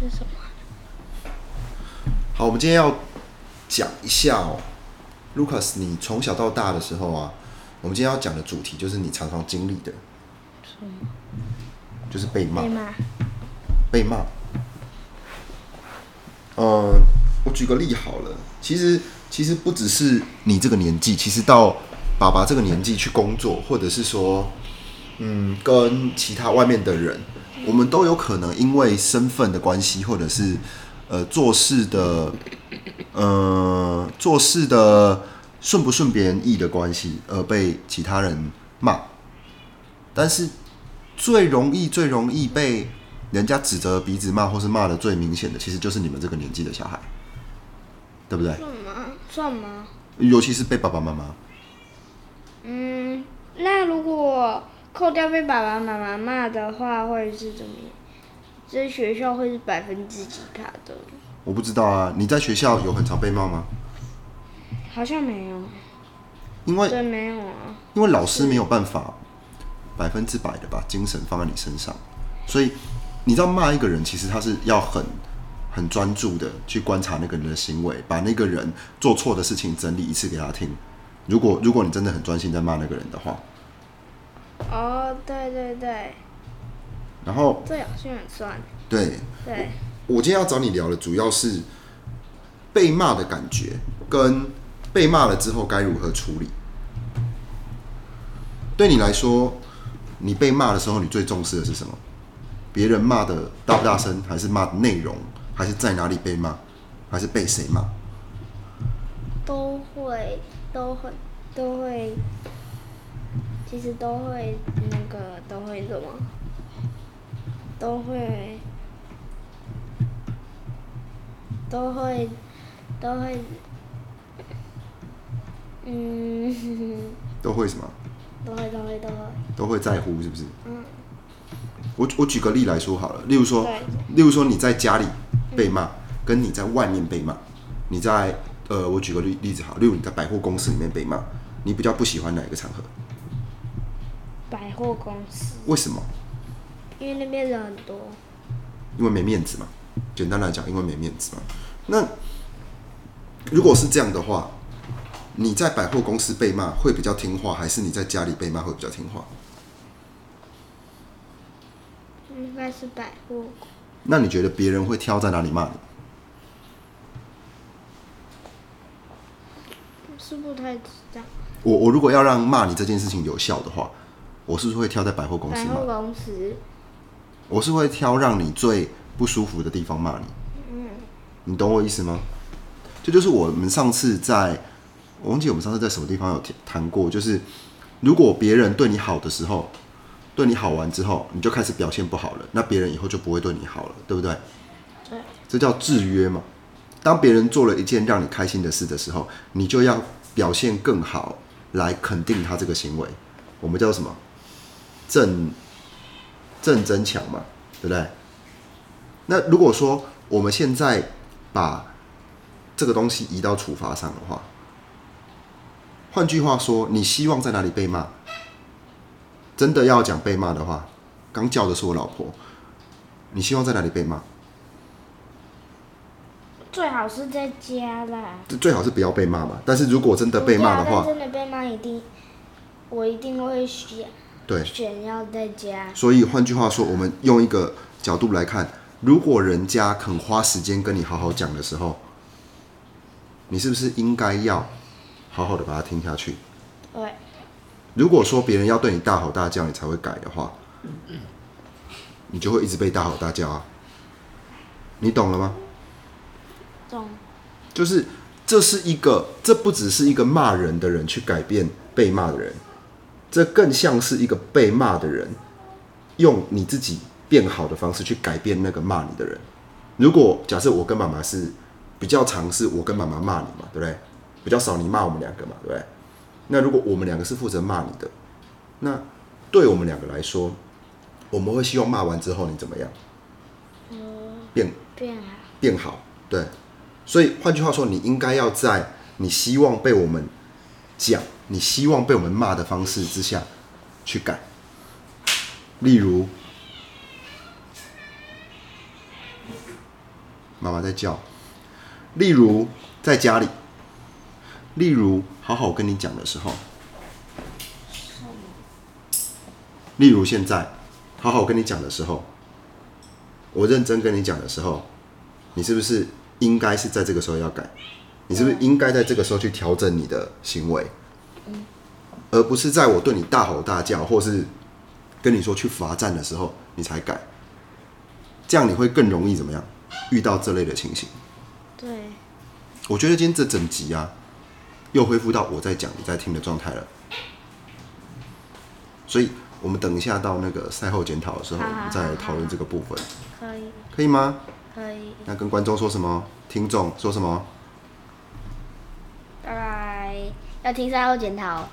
是什么？好，我们今天要讲一下哦，Lucas，你从小到大的时候啊，我们今天要讲的主题就是你常常经历的，什么？就是被骂被，骂？被骂。呃，我举个例好了，其实其实不只是你这个年纪，其实到爸爸这个年纪去工作，或者是说，嗯，跟其他外面的人，我们都有可能因为身份的关系，或者是呃做事的呃做事的顺不顺别人意的关系，而被其他人骂。但是最容易最容易被人家指责鼻子骂，或是骂的最明显的，其实就是你们这个年纪的小孩，对不对？算吗？算吗？尤其是被爸爸妈妈。嗯，那如果扣掉被爸爸妈妈骂的话，会是怎么样？这学校会是百分之几趴的？我不知道啊，你在学校有很常被骂吗？好像没有，因为对，没有啊。因为老师没有办法百分之百的把精神放在你身上，所以你知道骂一个人，其实他是要很很专注的去观察那个人的行为，把那个人做错的事情整理一次给他听。如果如果你真的很专心在骂那个人的话，哦，对对对，然后这好像也算。对对，我今天要找你聊的主要是被骂的感觉跟被骂了之后该如何处理。对你来说，你被骂的时候，你最重视的是什么？别人骂的大不大声，还是骂的内容，还是在哪里被骂，还是被谁骂？都会，都会，都会，其实都会那个都会怎么？都会，都会，都会，嗯，都会什么？都会，都会，都会，都会在乎，是不是？嗯，我我举个例来说好了，例如说对，嗯例如说你在家里被骂，跟你在外面被骂，你在呃，我举个例例子好，例如你在百货公司里面被骂，你比较不喜欢哪一个场合？百货公司，为什么？因为那边人很多，因为没面子嘛。简单来讲，因为没面子嘛。那如果是这样的话，你在百货公司被骂会比较听话，还是你在家里被骂会比较听话？应该是百货公那你觉得别人会挑在哪里骂你？司，是不太知道，我我如果要让骂你这件事情有效的话，我是不是会挑在百货公司百骂货？公司，我是会挑让你最不舒服的地方骂你。你懂我意思吗？这就是我们上次在，我忘记我们上次在什么地方有提谈过，就是如果别人对你好的时候，对你好完之后，你就开始表现不好了，那别人以后就不会对你好了，对不对？对，这叫制约嘛。当别人做了一件让你开心的事的时候，你就要表现更好来肯定他这个行为。我们叫什么？正正增强嘛，对不对？那如果说我们现在把这个东西移到处罚上的话，换句话说，你希望在哪里被骂？真的要讲被骂的话，刚叫的是我老婆。你希望在哪里被骂？最好是在家啦。最最好是不要被骂嘛。但是如果真的被骂的对啊话但，真的被骂一定，我一定会选对，选要在家。所以换句话说，我们用一个角度来看，如果人家肯花时间跟你好好讲的时候，你是不是应该要好好的把它听下去？对，如果说别人要对你大吼大叫，你才会改的话，你就会一直被大吼大叫啊。你懂了吗？懂。就是这是一个，这不只是一个骂人的人去改变被骂的人，这更像是一个被骂的人用你自己变好的方式去改变那个骂你的人。如果假设我跟妈妈是比较常是我跟妈妈骂你嘛，对不对？比较少你骂我们两个嘛，对不对？那如果我们两个是负责骂你的，那对我们两个来说，我们会希望骂完之后你怎么样嗯，变变好。变好。对，所以换句话说，你应该要在你希望被我们讲、你希望被我们骂的方式之下去改。例如，妈妈在叫。例如在家里，例如好好跟你讲的时候，例如现在好好跟你讲的时候，我认真跟你讲的时候，你是不是应该是在这个时候要改？你是不是应该在这个时候去调整你的行为，而不是在我对你大吼大叫，或是跟你说去罚站的时候你才改？这样你会更容易怎么样遇到这类的情形？对，我觉得今天这整集啊，又恢复到我在讲你在听的状态了。所以，我们等一下到那个赛后检讨的时候，好我好们再来讨论这个部分，可以，可以吗？可以，那跟观众说什么？听众说什么？拜拜，要听赛后检讨。